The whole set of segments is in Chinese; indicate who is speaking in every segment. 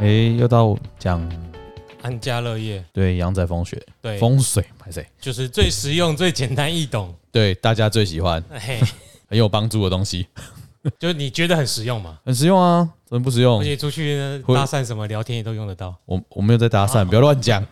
Speaker 1: 诶，又到讲
Speaker 2: 安家乐业，
Speaker 1: 对阳宅风水、
Speaker 2: 对，
Speaker 1: 风水，还谁？
Speaker 2: 就是最实用、最简单易懂，
Speaker 1: 对大家最喜欢、
Speaker 2: 嘿，
Speaker 1: 很有帮助的东西，
Speaker 2: 就是你觉得很实用嘛，
Speaker 1: 很实用啊！怎么不实用
Speaker 2: 而？且出去呢
Speaker 1: 会
Speaker 2: 搭讪什么聊天也都用得到。
Speaker 1: 我我没有在搭
Speaker 2: 啊
Speaker 1: 讪，不要乱讲。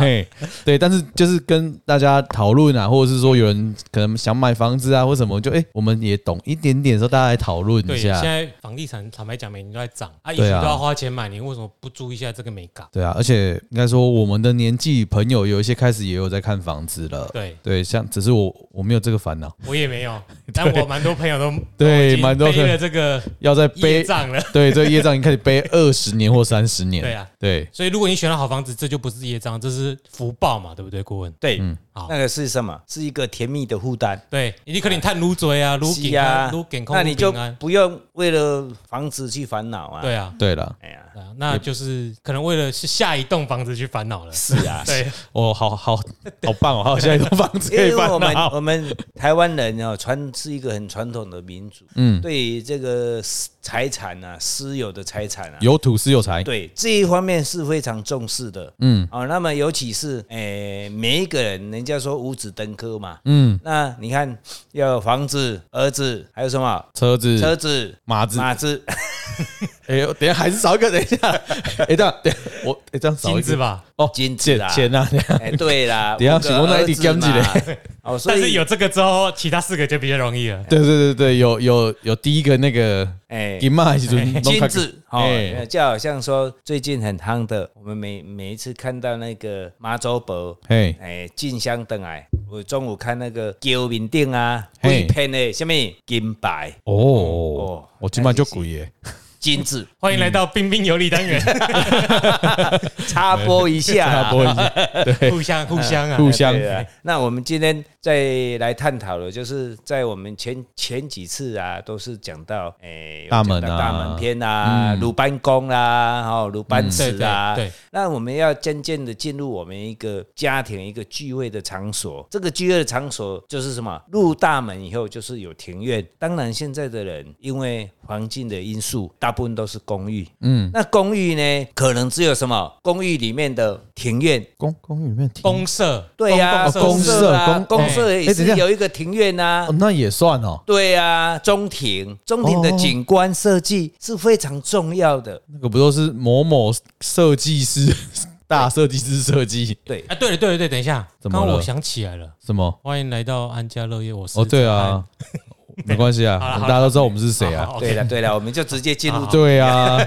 Speaker 1: 嘿，对，但是就是跟大家讨论啊，或者是说有人可能想买房子啊，或什么，就诶，我们也懂一点点的时候，大家来讨论嗯
Speaker 2: 对，
Speaker 1: 一
Speaker 2: 现
Speaker 1: 下。
Speaker 2: 在房地产坦白讲，每年都在涨啊，以
Speaker 1: 对
Speaker 2: 前
Speaker 1: 啊
Speaker 2: 都要花钱买，你为什么不注意一下这个美感？
Speaker 1: 对啊，而且应该说我们的年纪朋友有一些开始也有在看房子了。
Speaker 2: 对
Speaker 1: 对，像只是我我没有这个烦恼，
Speaker 2: 我也 没有，但我蛮多朋友都
Speaker 1: 对
Speaker 2: 都已经
Speaker 1: 蛮多朋
Speaker 2: 背
Speaker 1: 友
Speaker 2: 了这个
Speaker 1: 要在
Speaker 2: 业
Speaker 1: 背
Speaker 2: 障了。
Speaker 1: 对这个业障已经开始背二十年或三十年。
Speaker 2: 对啊，
Speaker 1: 对
Speaker 2: 所以如果你选了好房子，这就不是业障，这是福报嘛，对不对，顾问？
Speaker 3: 对，
Speaker 1: 嗯
Speaker 2: 好
Speaker 3: 那个是什么？是一个甜蜜的负担。
Speaker 2: 对，你可能探撸嘴啊，撸
Speaker 3: 是
Speaker 2: 颈
Speaker 3: 呀
Speaker 2: 啊，撸颈，空，
Speaker 3: 那你
Speaker 2: 撸
Speaker 3: 就
Speaker 2: 平安。
Speaker 3: 不用为了房子去烦恼啊。
Speaker 2: 对，啊，
Speaker 1: 对了，
Speaker 3: 哎呀，
Speaker 2: 对啊，那就是可能为了是下一栋房子去烦恼了。，
Speaker 3: 是啊
Speaker 2: 对，
Speaker 1: 哦，好好好棒哦，还有下一栋房子
Speaker 3: 因
Speaker 1: 可以
Speaker 3: 为
Speaker 1: 搬
Speaker 3: 我们
Speaker 1: 了。
Speaker 3: 我们台湾人啊，传是一个很传统的民族，
Speaker 1: 嗯，
Speaker 3: 对于这个私财产啊，私有的财产啊，
Speaker 1: 有土是有财，
Speaker 3: 对这一方面是非常重视的。
Speaker 1: 嗯
Speaker 3: 哦，那么尤其是诶、每一个人，人家说五子登科嘛，
Speaker 1: 嗯，
Speaker 3: 那你看要有房子、儿子，还有什么
Speaker 1: 车子、
Speaker 3: 车子、
Speaker 1: 马子，
Speaker 3: 马子，
Speaker 1: 哎呦，等一下还是少一个，等一下，哎，这样，等一下我哎这样少
Speaker 2: 金
Speaker 1: 一
Speaker 2: 子
Speaker 1: 个
Speaker 2: 吧，
Speaker 1: 哦，
Speaker 3: 金子
Speaker 1: 钱
Speaker 3: 啦
Speaker 1: 钱啊， 等一下
Speaker 3: 哎，对啦，
Speaker 1: 等一下
Speaker 3: 五个
Speaker 1: 是我哪里
Speaker 3: 儿子
Speaker 1: 兼职
Speaker 3: 嘛。 哦，所
Speaker 2: 但是
Speaker 3: 以嗯
Speaker 2: 有这个之后，其他四个就比较容易了。
Speaker 1: 对对对对，有有有第一个那个
Speaker 3: 哎，
Speaker 1: 金马一尊
Speaker 3: 金子
Speaker 1: 哎
Speaker 3: 哦，就好像说最近很夯的，我们每每一次看到那个妈祖婆，
Speaker 1: 嘿，
Speaker 3: 哎，进香灯来，我中午看那个桥面顶啊，
Speaker 1: 嘿
Speaker 3: 会片的什么金牌
Speaker 1: 哦
Speaker 3: 哦，
Speaker 1: 我金马就贵耶，
Speaker 3: 金子，
Speaker 2: 欢迎来到彬彬有礼单元，
Speaker 3: 插播一下 啊，
Speaker 1: 插播一下，
Speaker 3: 嗯
Speaker 2: 互相互相啊，
Speaker 1: 互相
Speaker 3: 对啊，那我们今天再来探讨的，就是在我们前前几次啊，都是讲到诶、有
Speaker 1: 大门啊
Speaker 3: 讲到大门篇啊、鲁、班公啦、啊、哦鲁班
Speaker 2: 对
Speaker 3: 祠啊、
Speaker 2: 对对，
Speaker 3: 那我们要渐渐的进入我们一个家庭一个聚会的场所，这个聚会的场所就是什么？入大门以后就是有庭院。当然，现在的人因为环境的因素，大部分都是公寓。嗯，那公寓呢，可能只有什么？公寓里面的庭院
Speaker 1: 公公寓里面停
Speaker 2: 公社
Speaker 3: 对呀、
Speaker 1: 公公
Speaker 2: 社
Speaker 1: 社
Speaker 3: 啊，
Speaker 1: 公
Speaker 3: 公社
Speaker 1: 哎
Speaker 3: 也
Speaker 1: 等一下
Speaker 3: 是有一个庭院呐、
Speaker 1: 哦，那也算哦，
Speaker 3: 对呀、中庭，中庭的景观设计是非常重要的。
Speaker 1: 那个不都是某某设计师 大设计师设计
Speaker 3: 对，
Speaker 2: 啊，对了对了对，等一下，
Speaker 1: 怎
Speaker 2: 刚
Speaker 1: 么了
Speaker 2: 刚我想起来了，
Speaker 1: 什么？
Speaker 2: 欢迎来到安家乐业，我是
Speaker 1: 哦，对啊， 没关系啊，
Speaker 2: 好啦
Speaker 1: 我们
Speaker 2: 好啦
Speaker 1: 大家都知道我们是谁啊。
Speaker 3: 对了，对了，我们就直接进入。
Speaker 1: 对啊，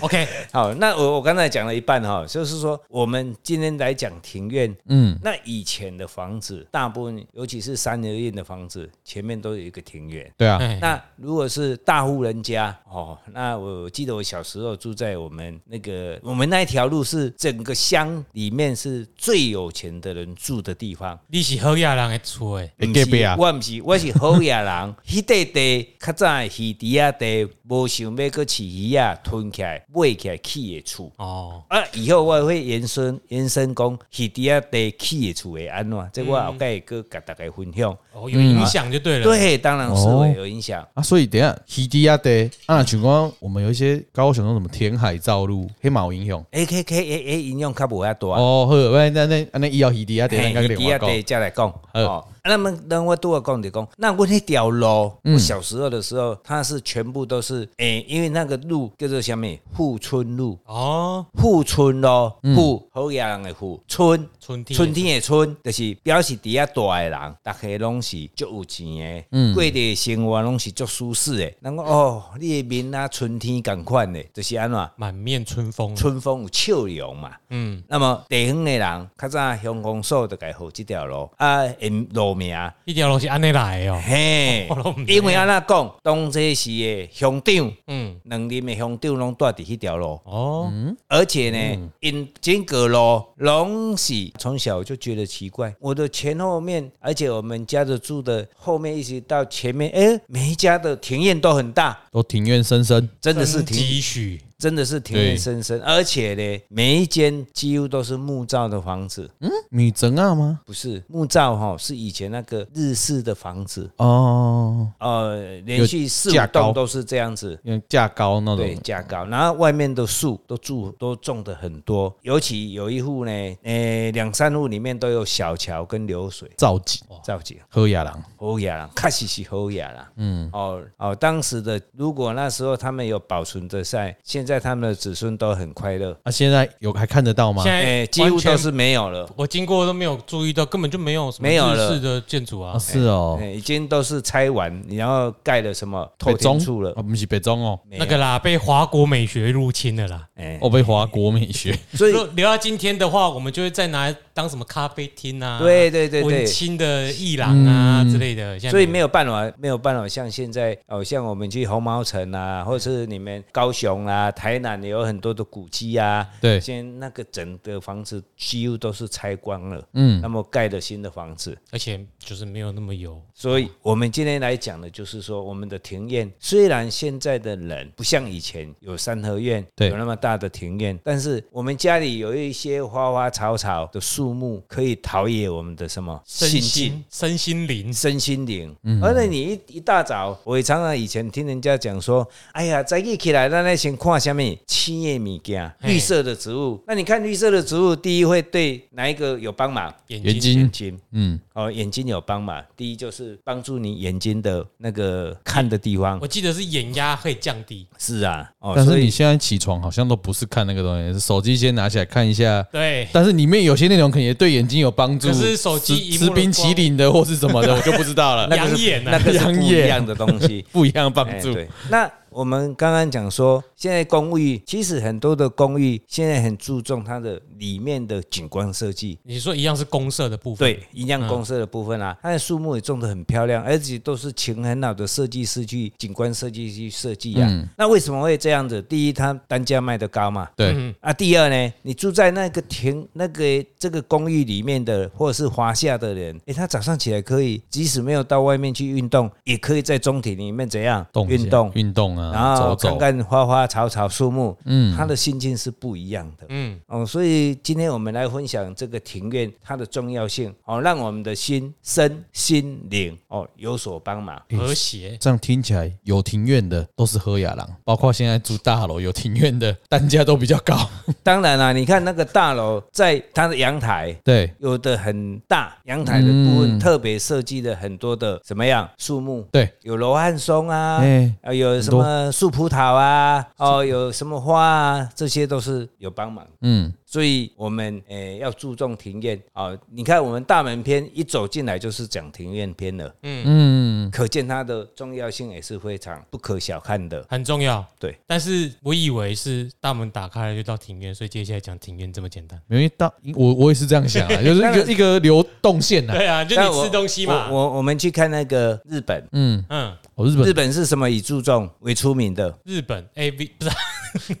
Speaker 2: ，OK，
Speaker 3: 好，那我我刚才讲了一半哈、就是说我们今天来讲庭院。
Speaker 1: 嗯，
Speaker 3: 那以前的房子，大部分尤其是三合院的房子，前面都有一个庭院。
Speaker 1: 对啊，
Speaker 2: 哎，
Speaker 3: 那如果是大户人家哦，那我记得我小时候住在我们那个我们那一条路是整个乡里面是最有钱的人住的地方。
Speaker 2: 你是好亚人的厝哎诶，
Speaker 1: 你隔壁啊
Speaker 3: 不是我唔是，我是好 野人。迄块地较早的鱼池啊地，无想要搁饲鱼啊，吞起来、买起来起的厝。
Speaker 2: 哦，
Speaker 3: 啊，以后我会延伸延伸讲，鱼池啊地起的厝会安怎？这我后盖个甲大家分享。
Speaker 2: 哦有影响就对了，，
Speaker 3: 嗯对，当然是会有影响。
Speaker 1: 啊，所以等一下西地亚的啊，像讲我们有一些高雄那种什么填海造陆、黑毛英雄
Speaker 3: A K K A A 应用较无遐大。
Speaker 1: 哦，好，喂，那那那以后西地亚的
Speaker 3: 嘿
Speaker 1: 应该跟
Speaker 3: 伊
Speaker 1: 你
Speaker 3: 底下
Speaker 1: 讲，
Speaker 3: 地再来讲，哦，那么那我都要讲的讲，那我那条路，我小时候的时候，它是全部都是诶、因为那个路叫做什么？富春路，
Speaker 2: 哦，
Speaker 3: 富春咯，富好野人的富，春
Speaker 2: 春天
Speaker 3: 春天的春，就是表示底下大的人，大家拢是足有钱的，过的生活拢是足舒适的。人讲哦，你的面啊，春天共款的，就是安怎？
Speaker 2: 满面春风，
Speaker 3: 春风有笑容嘛。
Speaker 2: 嗯，
Speaker 3: 那么地方的人，较早乡公所就改好这条路啊，因路名
Speaker 2: 一条路是安尼来的哦，
Speaker 3: 嘿
Speaker 2: 我都不，知
Speaker 3: 因为安那讲，当这时的乡长，
Speaker 2: 嗯，
Speaker 3: 两林的乡长拢住伫迄条路，
Speaker 2: 哦，
Speaker 3: 而且
Speaker 2: 嗯
Speaker 3: 呢，因整个路拢是从小就觉得奇怪，我的前后面，而且我们家的住的后面一直到前面，哎、每一家的庭院都很大，
Speaker 1: 都庭院深深，
Speaker 3: 真的是
Speaker 2: 真
Speaker 3: 庭
Speaker 2: 几许，
Speaker 3: 真的是庭院深深，而且呢，每一间几乎都是木造的房子，
Speaker 1: 米整啊吗？
Speaker 3: 不是木造哈、是以前那个日式的房子，
Speaker 1: 哦，
Speaker 3: 呃，
Speaker 1: 有
Speaker 3: 连续四
Speaker 1: 架
Speaker 3: 五
Speaker 1: 高
Speaker 3: 栋都是这样子。
Speaker 1: 因为价高那
Speaker 3: 对，
Speaker 1: 种，
Speaker 3: 架高，然后外面的树都住都种的很多，尤其有一户呢，诶，两三户里面都有小桥跟流水
Speaker 1: 造景
Speaker 3: 造景，
Speaker 1: 喝亚郎，
Speaker 3: 好雅啦，确实是好雅啦。嗯，哦哦，当时的如果那时候他们有保存的在，现在他们的子孙都很快乐。
Speaker 1: 啊，现在有还看得到吗
Speaker 2: 现？在
Speaker 3: 哎、几
Speaker 2: 完
Speaker 3: 乎
Speaker 2: 全
Speaker 3: 都是没有了，
Speaker 2: 我经过都没有注意到，根本就没有什么
Speaker 3: 没有
Speaker 2: 日
Speaker 3: 了
Speaker 2: 式的建筑啊
Speaker 1: 啊，。是哦
Speaker 3: 哎，已经都是拆完，然后盖了什么透
Speaker 1: 北
Speaker 3: 天
Speaker 1: 中
Speaker 3: 处了
Speaker 1: 啊，。不是北中哦，
Speaker 3: 没有
Speaker 2: 那个啦，被华国美学入侵了啦。
Speaker 3: 哎、
Speaker 1: 我被华国美学，
Speaker 3: 所以
Speaker 2: 如果留到今天的话，我们就会再拿来当什么咖啡厅啊，
Speaker 3: 对对对对嗯
Speaker 2: 文青的艺廊啊之类的。
Speaker 3: 所以没
Speaker 2: 有
Speaker 3: 有办法，没有办法像现在哦，像我们去红毛城啊，或者是你们高雄啊、台南有很多的古迹啊，
Speaker 1: 对，
Speaker 3: 现在那个整个房子几乎都是拆光了，
Speaker 1: 嗯
Speaker 3: 那么盖的新的房子，
Speaker 2: 而且就是没有那么有
Speaker 3: 所以，我们今天来讲的就是说，我们的庭院虽然现在的人不像以前有三合院，
Speaker 1: 对
Speaker 3: 有那么大的庭院，但是我们家里有一些花花草草的树木，可以陶冶我们的什么
Speaker 2: 身
Speaker 3: 心境
Speaker 2: 心、嗯身心灵。
Speaker 3: 身心灵。而且你一一大早，我也常常以前听人家讲说，哎呀，早起起来，咱来先看下面青叶物件，
Speaker 2: 嘿
Speaker 3: 绿色的植物。那你看绿色的植物，第一会对哪一个有帮忙？
Speaker 2: 眼
Speaker 1: 眼
Speaker 2: 睛
Speaker 1: 睛
Speaker 3: 眼睛。
Speaker 1: 嗯，
Speaker 3: 哦，眼睛有帮忙。第一就是帮助你眼睛的那个看的地方
Speaker 2: 我。记得是眼压可以降低。
Speaker 3: 是啊，哦，
Speaker 1: 但
Speaker 3: 所
Speaker 1: 是你
Speaker 3: 以
Speaker 1: 现在起床好像都不是看那个东西，手机先拿起来看一下。
Speaker 2: 对，
Speaker 1: 但是里面有些内容可能也对眼睛有帮助，
Speaker 2: 可是手机
Speaker 1: 吃
Speaker 2: 荧幕
Speaker 1: 吃
Speaker 2: 的
Speaker 1: 冰
Speaker 2: 光
Speaker 1: 淇淋的或是什么 的，我就不知道了。那
Speaker 2: 养眼
Speaker 3: 那
Speaker 2: 啊，
Speaker 3: 个是
Speaker 1: 养
Speaker 3: 不
Speaker 1: 眼
Speaker 3: 一样的东
Speaker 1: 。
Speaker 3: 西
Speaker 1: 不一样的帮
Speaker 3: 哎
Speaker 1: 助，
Speaker 3: 对，那我们刚刚讲说，现在公寓其实很多的公寓现在很注重它的里面的景观设计。
Speaker 2: 你说一样是公社的部分，
Speaker 3: 对，一样公社的部
Speaker 2: 嗯
Speaker 3: 分啊，它的树木也种得很漂亮，而且都是请很好的设计师去景观设计去设计啊。
Speaker 1: 嗯
Speaker 3: 那为什么会这样子？第一，它单价卖得高嘛，
Speaker 1: 对，
Speaker 2: 嗯，
Speaker 3: 啊，第二呢，你住在那个庭、那个这个公寓里面的，或者是华夏的人，诶，他早上起来可以，即使没有到外面去运动，也可以在中庭里面怎样
Speaker 1: 动一下
Speaker 3: 运动，
Speaker 1: 运动啊，
Speaker 3: 然后
Speaker 1: 走
Speaker 3: 看
Speaker 1: 走，
Speaker 3: 看花花草草、树木，嗯，他的心境是不一样的，嗯，哦，所以今天我们来分享这个庭院它的重要性，哦，让我们的心、身、心灵哦有所帮忙。
Speaker 2: 和谐。
Speaker 1: 这样听起来有庭院的都是喝雅郎，包括现在住大楼有庭院的单价都比较高。
Speaker 3: 当然啦、你看那个大楼在它的阳台，
Speaker 1: 对
Speaker 3: 有的很大，阳台的部分特别设计了很多的怎么样树木，
Speaker 1: 对，
Speaker 3: 有罗汉松啊，
Speaker 1: 哎
Speaker 3: 呃有什么树葡萄啊，哦，有什么花啊，这些都是有帮忙。
Speaker 1: 嗯，
Speaker 3: 所以我们诶、要注重庭院啊、哦你看我们大门篇一走进来就是讲庭院篇了，嗯嗯，可见它的重要性也是非常不可小看的。
Speaker 2: 很重要，
Speaker 3: 对。
Speaker 2: 但是我以为是大门打开了就到庭院，所以接下来讲庭院这么简单。
Speaker 1: 因为大我我也是这样想啊，就是一
Speaker 3: 当然
Speaker 1: 个一个流动线呐。
Speaker 2: 对啊，就
Speaker 3: 但
Speaker 2: 你
Speaker 3: 我
Speaker 2: 吃东西嘛
Speaker 3: 我。我我们去看那个日本，
Speaker 1: 嗯，
Speaker 2: 嗯，
Speaker 1: 哦，日
Speaker 3: 日
Speaker 1: 本
Speaker 3: 本是什么以注重为出名的？
Speaker 2: 日本 A V 不是啊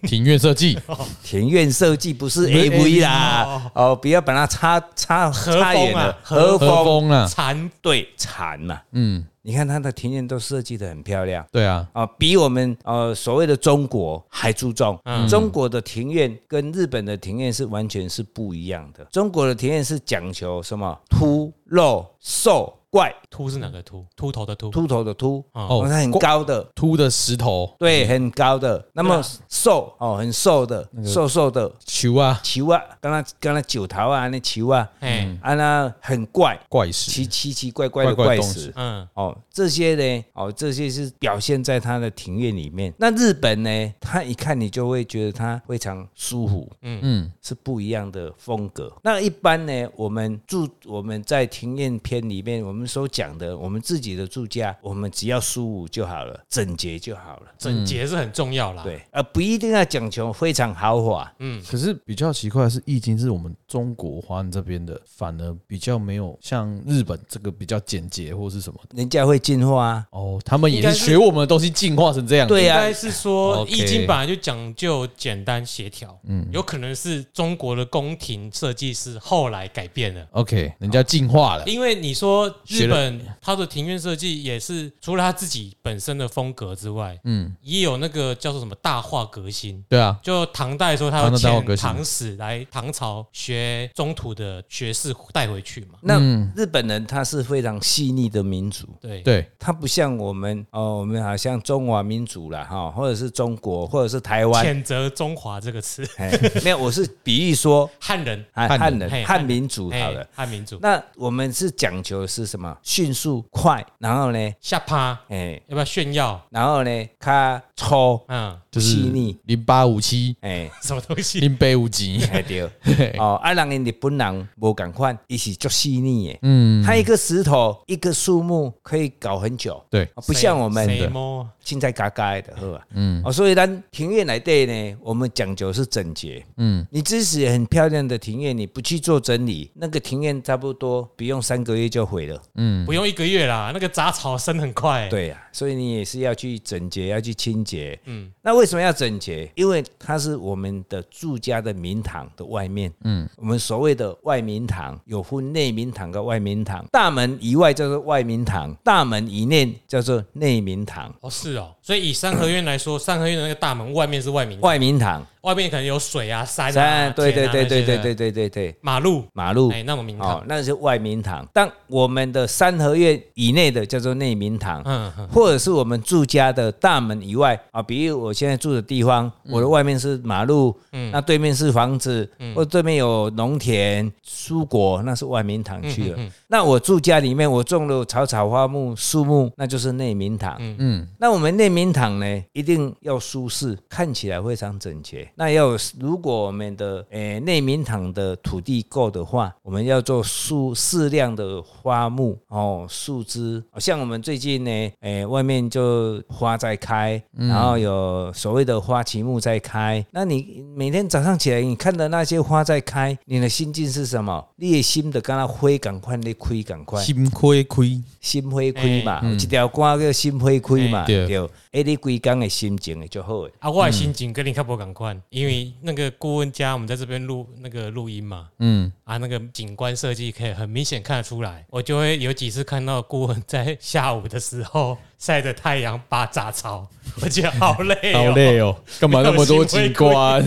Speaker 1: 庭院设 计，
Speaker 3: 庭院设计不是
Speaker 1: 不是
Speaker 3: AV 啦，哦，不要把它插插
Speaker 2: 和
Speaker 3: 插远
Speaker 2: 风啊
Speaker 3: 了，
Speaker 1: 和
Speaker 3: 和风
Speaker 1: 风啊，
Speaker 2: 蚕
Speaker 3: 对禅呐，
Speaker 1: 嗯，
Speaker 3: 你看它的庭院都设计的很漂亮。
Speaker 1: 对啊，
Speaker 3: 啊，比我们呃所谓的中国还注重。中国的庭院跟日本的庭院是完全是不一样的。中国的庭院是讲求什么凸、肉、瘦、怪，
Speaker 2: 秃是哪个秃？秃头的秃。
Speaker 3: 秃头的秃，
Speaker 1: 哦
Speaker 3: 哦，它很高的，
Speaker 1: 凸的石头
Speaker 3: 对，很高的。那么瘦哦，很瘦的，瘦瘦的
Speaker 1: 球啊，
Speaker 3: 球啊，刚刚刚刚九桃啊，那球啊，
Speaker 2: 哎，
Speaker 3: 啊，那很怪，
Speaker 1: 怪石
Speaker 3: 奇，奇奇怪怪的
Speaker 1: 怪怪
Speaker 3: 怪
Speaker 1: 的东
Speaker 3: 石
Speaker 1: 西。
Speaker 2: 嗯，
Speaker 3: 哦，这些呢，哦，这些是表现在他的庭院里面。那日本呢，他一看你就会觉得他非常舒服，
Speaker 1: 嗯，
Speaker 3: 是不一样的风格。那一般呢，我们住我们在庭院篇里面，我们所讲的，我们自己的住家，我们只要舒服就好了，整洁就好了。
Speaker 2: 整洁是很重
Speaker 1: 啊
Speaker 2: 要啦。，
Speaker 3: 对，而不一定要讲求非常豪华。
Speaker 1: 可是比较奇怪的是，《易经》是我们中国华人这边的，反而比较没有像日本这个比较简洁或是什么的。
Speaker 3: 人家会进化啊。
Speaker 1: 哦，他们也
Speaker 2: 应该
Speaker 1: 是
Speaker 2: 是
Speaker 1: 学我们的东西进化成这样。
Speaker 3: 对
Speaker 2: 应
Speaker 3: 啊
Speaker 2: 该是说《
Speaker 1: OK
Speaker 2: 易经》本来就讲究简单协调，嗯，有可能是中国的宫廷设计师后来改变了。
Speaker 1: ，OK，人家进化了。
Speaker 2: 因为你说
Speaker 1: 学
Speaker 2: 日
Speaker 1: 了
Speaker 2: 本它的庭院设计也是除了它自己本身的风格之外，嗯，也有那个叫做什么大化革新。
Speaker 1: 对啊，
Speaker 2: 就唐代说他
Speaker 1: 唐
Speaker 2: 要
Speaker 1: 代大化革
Speaker 2: 遣
Speaker 1: 新
Speaker 2: 唐史来唐朝学中土的学士带回去嘛，
Speaker 3: 那日本人他是非常细腻的民族，
Speaker 2: 对
Speaker 1: 对，
Speaker 3: 他不像我们哦，我们好像中华民族啦，哈，或者是中国，或者是台湾，
Speaker 2: 谴责中华这个词，
Speaker 3: 哎没有，我是比喻说
Speaker 2: 汉人
Speaker 3: 汉
Speaker 1: 汉
Speaker 3: 汉
Speaker 2: 嘿
Speaker 3: 人汉民族好了
Speaker 2: 哎。汉民族
Speaker 3: 那我们是讲求的是什么？迅速快，然后呢，
Speaker 2: 下趴
Speaker 3: 哎，
Speaker 2: 要不要炫耀？
Speaker 3: 然后呢，它粗，
Speaker 2: 嗯，
Speaker 1: 就是
Speaker 3: 细腻
Speaker 1: 零八五七、
Speaker 3: 哎，
Speaker 2: 什么东西？
Speaker 1: 零北五 级，
Speaker 3: 哎对。
Speaker 1: 嘿
Speaker 3: 哦，啊，人因日本人无共款，伊是足细腻的。嗯，他一个石头，一个树木可以搞很久，
Speaker 1: 对
Speaker 3: 哦不像我们
Speaker 2: 谁摸
Speaker 3: 凊彩嘎嘎的，好吧？嗯，哦，所以咱庭院来对呢，我们讲究是整洁。嗯，你即使很漂亮的庭院，你不去做整理，那个庭院差不多不用三个月就毁了。
Speaker 2: 不用一个月啦，那个杂草生很快。，
Speaker 3: 嗯对呀、所以你也是要去整洁，要去清洁。嗯，那为什么要整洁？因为它是我们的住家的明堂的外面。嗯，我们所谓的外明堂有分内明堂跟外明堂，大门以外叫做外明堂，大门以内叫做内明堂。
Speaker 2: 哦是哦，所以以三合院来说，三合院的那个大门外面是外面，
Speaker 3: 外明堂，
Speaker 2: 外面可能有水啊、山啊、
Speaker 3: 三对
Speaker 2: 田
Speaker 3: 对
Speaker 2: 啊
Speaker 3: 对对
Speaker 2: 那些
Speaker 3: 对
Speaker 2: 的
Speaker 3: 对对对对，
Speaker 2: 马路。
Speaker 3: 马路。
Speaker 2: 哎，那我明
Speaker 3: 哦
Speaker 2: 堂，，
Speaker 3: 那是外明堂，但我们的三合院以内的叫做内明堂，
Speaker 2: 嗯，嗯
Speaker 3: 或者是我们住家的大门以外啊，比如我现在住的地方，我的外面是马路，那对面是房子，或对面有农田、蔬果，那是外明堂去了。那我住家里面，我种了草草花木、树木，那就是内明堂。
Speaker 1: 嗯，
Speaker 3: 那我们内明堂呢，一定要舒适，看起来非常整洁。那要有如果我们的诶内明堂的土地够的话，我们要做数适量的花木哦，树枝。哦像我们最近呢，诶外面就花在开，然后有所谓的花旗木在开。那你每天早上起来，你看到那些花在开，你的心境是什么？你的心的，刚刚灰赶快，你亏赶快。
Speaker 1: 心亏亏，
Speaker 3: 心花开嘛，有一条歌叫心花开嘛，
Speaker 1: 对
Speaker 3: 对。哎，你规工的心情会就好诶。
Speaker 2: 啊，我的心情跟你较不赶快，因为那个顾问家我们在这边录那个录音嘛，
Speaker 1: 嗯，
Speaker 2: 啊，那个景观设计可以很明显看得出来，我就会有几次看到顾问在下午的时候晒着太阳拔杂草， 我觉得好累、哦，
Speaker 1: 好累哦，干嘛那么多景观？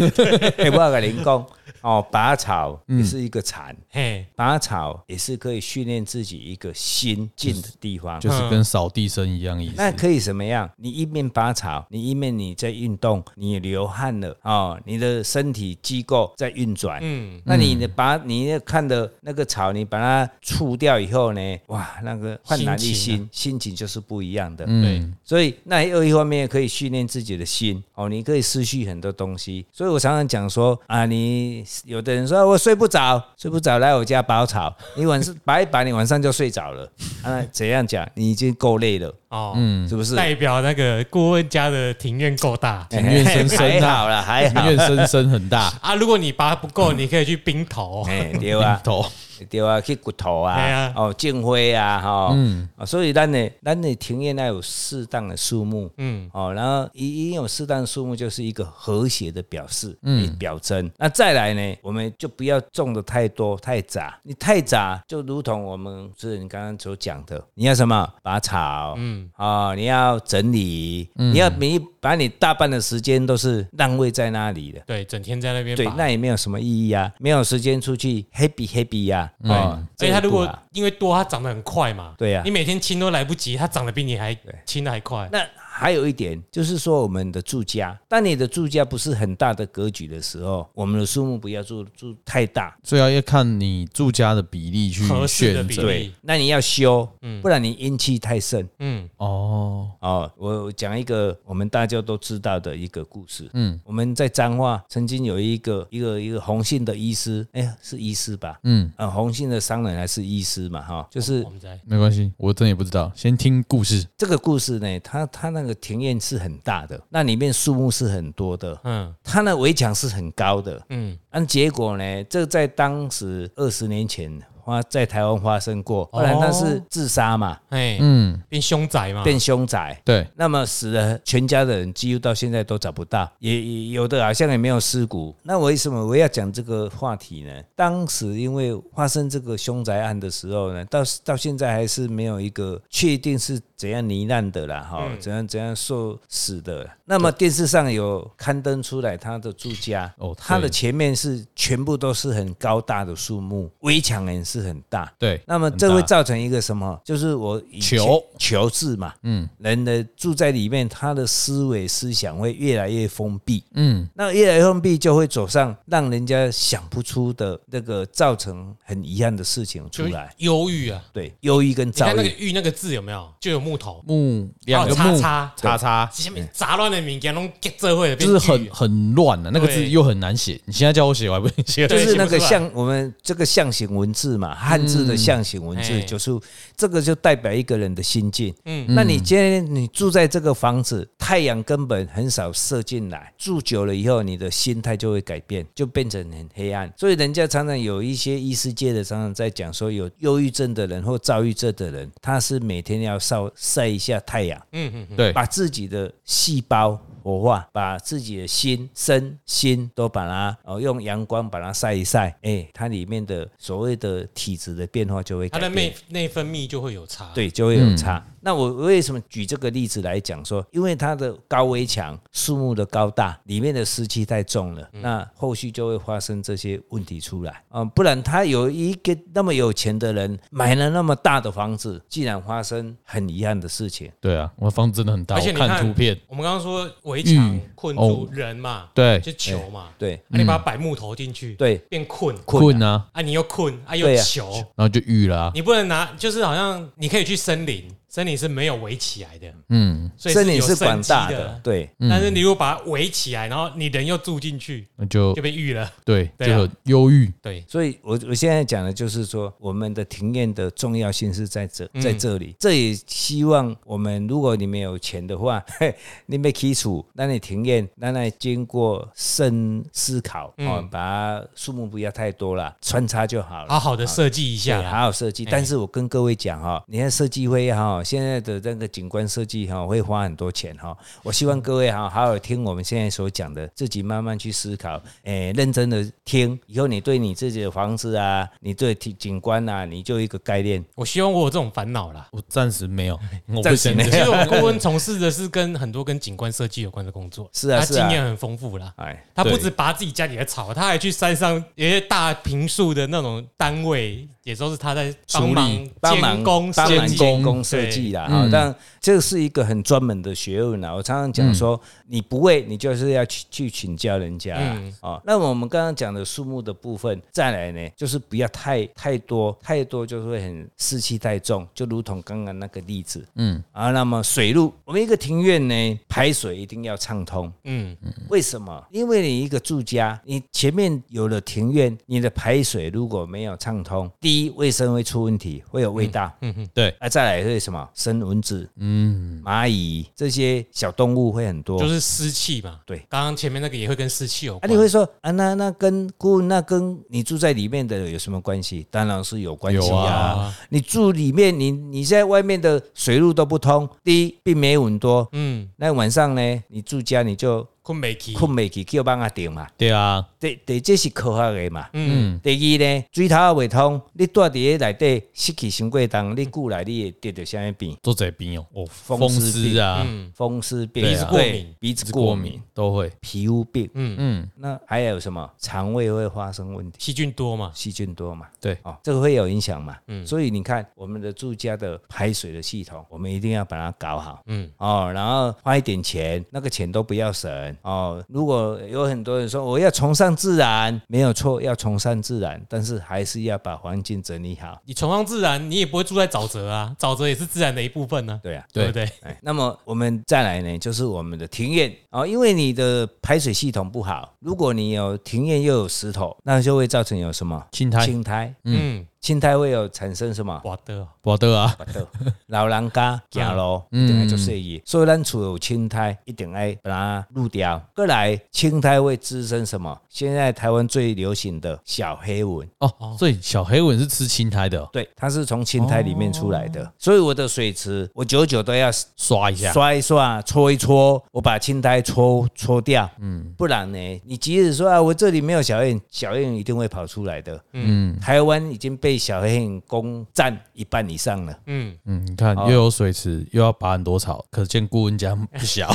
Speaker 3: 哎，我甲您讲，哦，拔草也是一个禅，
Speaker 2: 嘿，
Speaker 3: 拔草也是可以训练自己一个心境的地方。
Speaker 1: 就是跟扫地僧一样意思。
Speaker 3: 那可以什么样？你一面拔草，你一面你在运动，你流汗了哦，你的身体机构在运转。嗯，那你的拔，你要看的那个草，你把它除掉以后呢，哇，那个焕然一
Speaker 2: 心情啊
Speaker 3: 新，心情就是不一样的。
Speaker 2: 对，
Speaker 3: 所以那又一方面可以训练自己的心哦，你可以失去很多东西。所以我常常讲说啊，你有的人说啊我睡不着，睡不着来我家拔草，你晚上拔一拔，你晚上就睡着了。啊，怎样讲？你已经够累了，
Speaker 2: 哦，
Speaker 3: 是嗯不是？
Speaker 2: 代表那个顾问家的庭院够大
Speaker 1: 庭院深
Speaker 3: 还
Speaker 1: 深
Speaker 3: 好
Speaker 1: 啊，
Speaker 3: 了，还
Speaker 1: 庭
Speaker 3: 好。
Speaker 1: 院深深很大，
Speaker 2: 啊，如果你拔不
Speaker 3: 嗯
Speaker 2: 够，你可以去冰头，
Speaker 3: 哎，对啊，
Speaker 1: 头
Speaker 3: 对啊，去骨头
Speaker 2: 哎
Speaker 3: 啊
Speaker 2: 呀，
Speaker 3: 哦，净灰啊，哈，嗯，所以咱的咱的庭院要有适当的树木，嗯，哦，然后一一定有适当的树木，就是一个和谐的表示，嗯，表征。那再来呢，我们就不要种的太多太杂，你太杂就如同我们主持人刚刚所讲的，你要什么拔草，嗯，哦，你要整理，你要你把你大半的时间都是浪费在那里的。
Speaker 2: 对，整天在那边
Speaker 3: 对，
Speaker 2: 拔。
Speaker 3: 那也没有什么意义啊，没有时间出去 happy happy 呀、啊。哦
Speaker 2: 嗯所以它
Speaker 3: 这
Speaker 2: 如
Speaker 3: 一步啊
Speaker 2: 果因为多，它长得很快嘛，
Speaker 3: 对啊
Speaker 2: 你每天清都来不及，它长得比你还清的还快。
Speaker 3: 那还有一点就是说，我们的住家，当你的住家不是很大的格局的时候，我们的树木不要住住太大。
Speaker 1: 所以要看你住家的比例去
Speaker 2: 合适的
Speaker 1: 选
Speaker 2: 比
Speaker 1: 择。
Speaker 2: 例，
Speaker 3: 那你要修，不然你阴气太盛
Speaker 2: 嗯，
Speaker 1: 哦，
Speaker 3: 哦。我讲一个我们大家都知道的一个故事。嗯，我们在彰化曾经有一个一个一个红姓的医师，哎、呀，是医师吧？
Speaker 1: 嗯，
Speaker 3: 呃，红姓的商人还是医师嘛？哈、就是
Speaker 2: 我们在
Speaker 1: 没关系，我真的也不知道，先听故事。
Speaker 3: 这个故事呢，它它那个庭院是很大的，那里面树木是很多的，
Speaker 2: 嗯
Speaker 3: 它那围墙是很高的，啊
Speaker 2: 嗯，
Speaker 3: 按结果呢，这在当时二十年前发在台湾发生过，
Speaker 2: 哦
Speaker 3: 不然他是自杀嘛，
Speaker 2: 哎，
Speaker 1: 嗯，
Speaker 2: 变凶宅嘛，
Speaker 3: 变凶宅。
Speaker 1: 对，
Speaker 3: 那么死了全家的人，几乎到现在都找不到，也也有的好像也没有尸骨。那为什么我要讲这个话题呢？当时因为发生这个凶宅案的时候呢，到到现在还是没有一个确定是怎样罹难的啦，哈、
Speaker 1: 嗯
Speaker 3: 怎样怎样受死的。那么电视上有刊登出来他的住家，
Speaker 1: 哦
Speaker 3: 哦，他的
Speaker 1: 对
Speaker 3: 前面是全部都是很高大的树木，围墙也是很大，
Speaker 1: 对，
Speaker 3: 那么
Speaker 1: 很
Speaker 3: 这会
Speaker 1: 大
Speaker 3: 造成一个什么？就是我以前
Speaker 1: 求
Speaker 3: 求字嘛，嗯，人的住在里面，他的思维思想会越来越封闭，
Speaker 1: 嗯，
Speaker 3: 那越来越封闭就会走上让人家想不出的那个造成很遗憾的事情出
Speaker 2: 就
Speaker 3: 来，
Speaker 2: 忧郁啊。
Speaker 3: 对，忧郁跟
Speaker 2: 你看
Speaker 3: 躁
Speaker 2: 那个“
Speaker 3: 郁，
Speaker 2: 郁”那个字有没有？就有木头，
Speaker 1: 木两个
Speaker 2: 还有
Speaker 1: 木
Speaker 2: 哦叉
Speaker 1: 叉叉，
Speaker 2: 下面杂乱的物件拢结社会的，
Speaker 1: 就是
Speaker 2: 变郁
Speaker 1: 很
Speaker 2: 啊
Speaker 1: 很乱的，那个字
Speaker 2: 对
Speaker 1: 又很难写。你现在叫我写，我还不能写。
Speaker 3: 就
Speaker 2: 对
Speaker 3: 是那
Speaker 2: 写不
Speaker 3: 个
Speaker 2: 出来嗯
Speaker 3: 象，我们这个象形文字嘛，汉字的象形文字，
Speaker 2: 哎
Speaker 3: 就是这个就代表一个人的心境。
Speaker 2: 嗯
Speaker 3: 那你今天你住在这个房子，太阳根本很少射进来，住久了以后，你的心态就会改变，就变成很黑暗。所以人家常常有一些医师界的常常在讲说，有忧郁症的人或躁郁症的人，他是每天要晒晒一下太阳，
Speaker 2: 嗯嗯嗯，
Speaker 1: 对，
Speaker 3: 把自己的细胞活化，把自己的心、身、心都把它哦用阳光把它晒一晒，哎，它里面的所谓的体质的变化就会
Speaker 2: 它
Speaker 3: 改
Speaker 2: 的啊
Speaker 3: 变
Speaker 2: 内。内分泌就会有差。，
Speaker 3: 对，就会有差。那我为什么举这个例子来讲说？因为它的高危墙、树木的高大，里面的湿气太重
Speaker 2: 嗯
Speaker 3: 了，那后续就会发生这些问题出来。嗯，不然他有一个那么有钱的人买了那么大的房子，竟然发生很遗憾的事情。
Speaker 1: 对啊，我房子真的很大，
Speaker 2: 而且
Speaker 1: 我
Speaker 2: 你
Speaker 1: 看
Speaker 2: 看
Speaker 1: 图片，
Speaker 2: 我们刚刚说围墙
Speaker 1: 郁
Speaker 2: 困
Speaker 1: 哦
Speaker 2: 住人嘛，
Speaker 1: 对
Speaker 2: 就球嘛，
Speaker 3: 嗯对嗯
Speaker 2: 啊你把它摆木头进去，
Speaker 3: 对，
Speaker 2: 变困，
Speaker 1: 困啊，
Speaker 2: 啊，你又困，啊又
Speaker 3: 对啊
Speaker 2: 球，
Speaker 1: 然后就郁了啊，
Speaker 2: 你不能拿，就是好像你可以去森林，森林是没有围起来的，
Speaker 1: 嗯，
Speaker 2: 所以
Speaker 3: 森林
Speaker 2: 有
Speaker 3: 是
Speaker 2: 生
Speaker 3: 广
Speaker 2: 机
Speaker 3: 大的
Speaker 2: 的，，
Speaker 3: 对。
Speaker 2: 但是你如果把它围起来，然后你人又住进去，
Speaker 1: 那就
Speaker 2: 就被郁了。
Speaker 1: 对，
Speaker 2: 对啊
Speaker 1: 就很忧郁，
Speaker 2: 对，
Speaker 3: 所以我我现在讲的就是说，我们的庭院的重要性是在这，
Speaker 2: 嗯
Speaker 3: 在这里。这也希望我们，如果你们有钱的话，嘿你们基础，那你庭院，那你经过深思考啊、哦
Speaker 2: 嗯
Speaker 3: 把它树木不要太多了，穿插就好了。
Speaker 2: 好好的设计一
Speaker 3: 对，啊
Speaker 2: 下啦
Speaker 3: 好好设计。但是我跟各位讲哈、你看设计会哈、现在的那个景观设计哈、会花很多钱哈、我希望各位哈、好好听我们现在所讲的，自己慢慢去思考，诶、认真的听，以后你对你自己的房子啊，你对景景观啊，你就有一个概念。
Speaker 2: 我希望我有这种烦恼啦。
Speaker 1: 我暂时没 有，我不
Speaker 3: 暂时
Speaker 1: 想
Speaker 3: 没
Speaker 2: 其实我顾问从事的是跟很多跟景观设计有关的工作，
Speaker 3: 是啊
Speaker 2: 他
Speaker 3: 是啊
Speaker 2: 经验很丰富啦。
Speaker 3: 哎，
Speaker 2: 他不
Speaker 1: 对
Speaker 2: 止拔自己家里的草，他还去山上有些大平数的那种单位，也都是他在帮
Speaker 1: 处理
Speaker 2: 忙
Speaker 3: 帮
Speaker 2: 监
Speaker 3: 忙
Speaker 2: 工设
Speaker 3: 帮忙
Speaker 2: 计。
Speaker 3: 监工设计啦，哈、但这是一个很专门的学问啊啦。我常常讲说，你不会，你就是要去去请教人家啦、
Speaker 2: 嗯
Speaker 3: 哦。那么我们刚刚讲的树木的部分，再来呢，就是不要太太多，太多就会很湿气太重，就如同刚刚那个例子，嗯啊。那么水路，我们一个庭院呢，排水一定要畅通，
Speaker 2: 嗯，
Speaker 3: 为什么？因为你一个住家，你前面有了庭院，你的排水如果没有畅通，第一卫生会出问题，会有味道。
Speaker 1: 对，
Speaker 3: 啊，再来会什么？生蚊子、
Speaker 1: 嗯，
Speaker 3: 蚂蚁这些小动物会很多。
Speaker 2: 就是湿气嘛。
Speaker 3: 对
Speaker 2: 刚刚前面那个也会跟湿气有
Speaker 3: 啊，
Speaker 2: 关。
Speaker 3: 你会说啊，那那跟顾问那跟你住在里面的有什么关系？当然是有关系
Speaker 1: 有
Speaker 3: 啊
Speaker 2: 啊。
Speaker 3: 你住里面，你你在外面的水路都不通，第一并没蚊多。
Speaker 2: 嗯，
Speaker 3: 那晚上呢，你住家你就
Speaker 2: 困美奇，
Speaker 3: 困不去，就帮它顶嘛。
Speaker 1: 对啊，
Speaker 3: 第第这是科学的嘛。
Speaker 2: 嗯，
Speaker 3: 第二呢，水头也未通，你住伫咧内底湿气伤过重，你久来你会得着啥物病？
Speaker 1: 做嘴边哦，哦，
Speaker 3: 风
Speaker 1: 风
Speaker 3: 湿
Speaker 1: 湿啊，
Speaker 2: 嗯
Speaker 3: 风湿病、
Speaker 1: 对
Speaker 2: 啊
Speaker 3: 对鼻子过
Speaker 1: 过
Speaker 3: 敏
Speaker 1: 敏、都会，
Speaker 3: 皮肤病。
Speaker 2: 嗯
Speaker 1: 嗯，
Speaker 3: 那还有什么？肠胃会发生问题，
Speaker 2: 细菌多嘛。
Speaker 3: 细菌多嘛？
Speaker 1: 对，
Speaker 3: 哦，这个会有影响嘛？嗯，所以你看我们的住家的排水的系统，我们一定要把它搞好。
Speaker 2: 嗯，
Speaker 3: 哦，然后花一点钱，那个钱都不要省哦。如果有很多人说我要崇尚自然，没有错，要崇尚自然，但是还是要把环境整理好。
Speaker 2: 你崇尚自然，你也不会住在沼泽啊，沼泽也是自然的一部分呢、
Speaker 3: 对啊，
Speaker 2: 对
Speaker 1: 对
Speaker 2: 不对？
Speaker 3: 哎，那么我们再来呢，就是我们的庭院哦，因为你的排水系统不好，如果你有庭院又有石头，那就会造成有什么
Speaker 1: 青苔
Speaker 3: 青苔
Speaker 2: 嗯，哦
Speaker 3: 心态会有产生什么？
Speaker 2: 我的
Speaker 1: 我的啊，
Speaker 3: 巴肚老人家行路一定要做生意，所以咱厝有青苔，一定要把它露掉。过来，青苔会滋生什么？现在台湾最流行的小黑蚊，
Speaker 1: 哦，所以小黑蚊是吃青苔的哦，
Speaker 3: 对，它是从青苔里面出来的。所以我的水池，我久久都要
Speaker 1: 刷一下，
Speaker 3: 刷一刷、搓一搓，我把青苔搓搓掉。嗯，不然呢，你即使说啊，我这里没有小黑蚊，小黑蚊一定会跑出来的。嗯，台湾已经被小黑蚊攻占一半以上了。
Speaker 2: 嗯，
Speaker 1: 嗯，你
Speaker 3: 哦
Speaker 1: 看又有水池，又要拔很多草，可见顾问家不 小。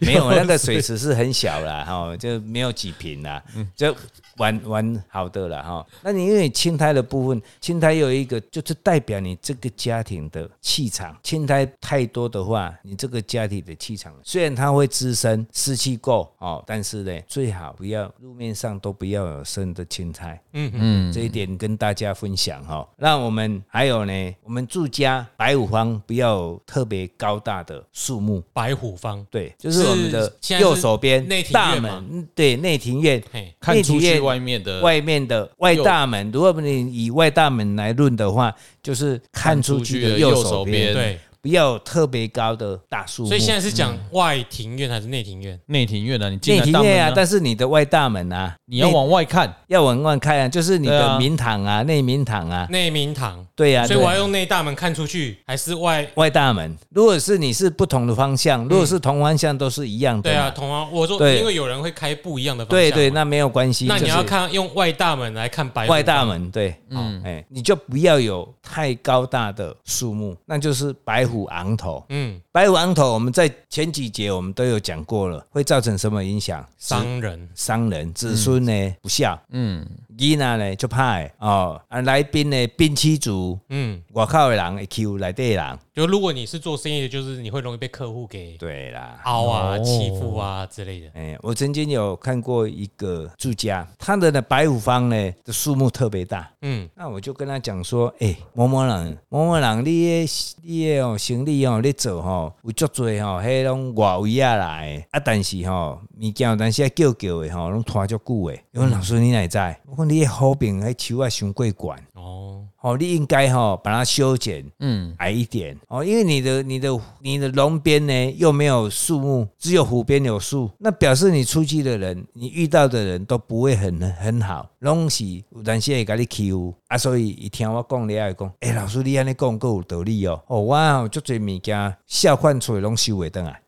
Speaker 3: 没 有，那个水嗯池是很小啦，哈、就没有几瓶啦，就玩玩好的啦，哈、那你因为青苔的部分，青苔有一个就是代表你这个家庭的气场，青苔太多的话，你这个家庭的气场虽然它会滋生湿气够哦，但是呢，最好不要路面上都不要有生的青苔，嗯嗯，这一点跟大家分享哈、那我们还有呢，我们住家白虎方不要有特别高大的树木，
Speaker 2: 白虎方
Speaker 3: 对，就是我们的
Speaker 2: 现在是
Speaker 3: 右手边
Speaker 2: 内庭
Speaker 3: 大
Speaker 2: 院
Speaker 3: 门
Speaker 2: 嘛，呃
Speaker 3: 嗯对，内庭院
Speaker 2: 嘿，
Speaker 1: 看出
Speaker 3: 内庭
Speaker 1: 去
Speaker 3: 院
Speaker 1: 外面的，
Speaker 3: 外面的外大门。如果你以外大门来论的话，就是看出去的右手边，
Speaker 2: 对，
Speaker 3: 不要有特别高的大树木。嗯
Speaker 2: 所以现在是讲外庭院还是内庭院？
Speaker 1: 内庭院啊，你进
Speaker 3: 内
Speaker 1: 来
Speaker 3: 庭
Speaker 1: 大门
Speaker 3: 院啊，
Speaker 1: 啊，
Speaker 3: 但是你的外大门啊，
Speaker 1: 你要
Speaker 3: 内
Speaker 1: 往外看，
Speaker 3: 要往外看啊，就是你
Speaker 1: 对
Speaker 3: 的
Speaker 1: 啊
Speaker 3: 明堂啊，内明堂啊，
Speaker 2: 内明堂，
Speaker 3: 对呀、啊，
Speaker 2: 所以我
Speaker 3: 对啊
Speaker 2: 要用内大门看出去，还是外？
Speaker 3: 外大门。如果是你是不同的方向，如果是同方向都是一样
Speaker 2: 嗯
Speaker 3: 的
Speaker 2: 对
Speaker 3: 嘛，
Speaker 2: 啊，同啊，我说
Speaker 3: 对
Speaker 2: 因为有人会开不一样的方
Speaker 3: 对
Speaker 2: 向，
Speaker 3: 对，那没有关系。
Speaker 2: 那你
Speaker 3: 就是
Speaker 2: 要看用外大门来看白虎
Speaker 3: 外大
Speaker 2: 方
Speaker 3: 门对，嗯，哎、你就不要有太高大的树木，那就是白虎昂头。
Speaker 2: 嗯，
Speaker 3: 白虎昂头，我们在前几节我们都有讲过了，会造成什么影响？
Speaker 2: 商人
Speaker 3: 伤人，子孙呢不孝，嗯，囡仔呢就怕的哦，啊来宾呢宾妻族，
Speaker 2: 嗯，
Speaker 3: 外口的人会欺来底的人，
Speaker 2: 就如果你是做生意的，就是你会容易被客户给
Speaker 3: 对啦，
Speaker 2: 凹啊、
Speaker 1: 哦
Speaker 2: 欺负啊之类的。
Speaker 3: 哎、我曾经有看过一个住家，他的呢白虎方呢的树木特别大，
Speaker 2: 嗯，
Speaker 3: 那我就跟他讲说，哎、某某人，某某人，你的你的哦，行李哦，你做吼、有足多吼、迄拢外围啊来的，啊，但是吼、物件有当时啊叫叫的吼、拢拖足久的。因为老师你哪会知？我讲你的好评，迄树啊伤过悬。
Speaker 2: 哦，
Speaker 3: 哦，你应该哈把它修剪，嗯
Speaker 1: 嗯，
Speaker 3: 矮一点哦，因为你的你的你的龙边呢又没有树木，只有湖边有树，那表示你出去的人，你遇到的人都不会很很好，拢是有阵时会甲你欺负啊，所以伊听我讲了，会讲，诶、老师你安尼讲够有道理哦，哦，我有足侪物件笑款出来拢收袂 转来，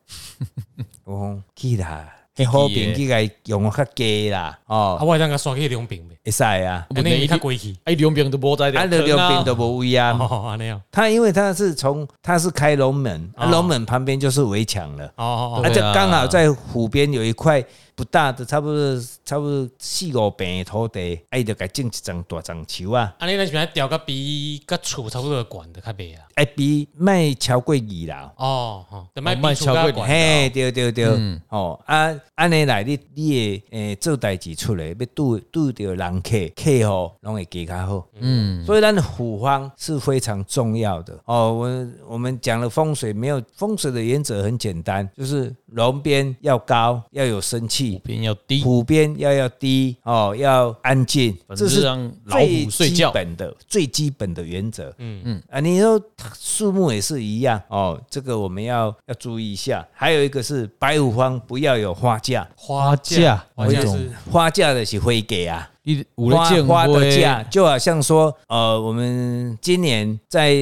Speaker 3: 我讲去啦，迄好评去甲伊用较低啦，
Speaker 2: 啊，
Speaker 3: 哦，
Speaker 2: 我让他刷去两饼呗，
Speaker 3: 会使啊，
Speaker 2: 那你看鬼去，
Speaker 1: 哎，两边都不在的，
Speaker 3: 啊，你两边都无位啊。
Speaker 2: 哦，安尼样，
Speaker 3: 他因为他是从他是开龙门，啊
Speaker 2: 哦
Speaker 3: 龙、门旁边就是围墙了，
Speaker 2: 哦哦
Speaker 3: 啊，
Speaker 1: 对
Speaker 2: 哦，
Speaker 3: 就
Speaker 1: 啊
Speaker 3: 刚好在湖边有一块不大的，差不多差不多四五平的土地，哎、啊，他就给种一张大樟树啊，
Speaker 2: 安尼咱喜欢钓个比个厝差不多管的较袂啊。
Speaker 3: 哎，比卖超过二啦。
Speaker 2: 哦，哦，等卖
Speaker 1: 哦卖
Speaker 2: 比厝较
Speaker 1: 超过
Speaker 2: 管
Speaker 3: 嘿，对对对，
Speaker 1: 嗯
Speaker 3: 哦啊，安尼来你你的诶、做代志出来，要拄拄着人客客户，拢会加较好。
Speaker 1: 嗯，
Speaker 3: 所以咱的虎方是非常重要的哦。我我们讲了风水，没有风水的原则很简单，就是龙边要高，要有生气；
Speaker 1: 边要低，
Speaker 3: 虎边要要低哦，要安静。
Speaker 1: 反
Speaker 3: 这
Speaker 1: 正是
Speaker 3: 是
Speaker 1: 让老
Speaker 3: 最
Speaker 1: 虎睡
Speaker 3: 基
Speaker 1: 觉。
Speaker 3: 本的、最基本的原则。嗯嗯啊，你说树木也是一样哦，这个我们要要注意一下。还有一个是白虎方不要有花架，
Speaker 2: 花
Speaker 1: 架
Speaker 2: 花架
Speaker 1: 我懂
Speaker 2: 是
Speaker 3: 花架的是会给啊。
Speaker 1: 你五
Speaker 3: 花
Speaker 1: 的剑
Speaker 3: 花的
Speaker 1: 灰
Speaker 3: 价，就好像说，呃，我们今年在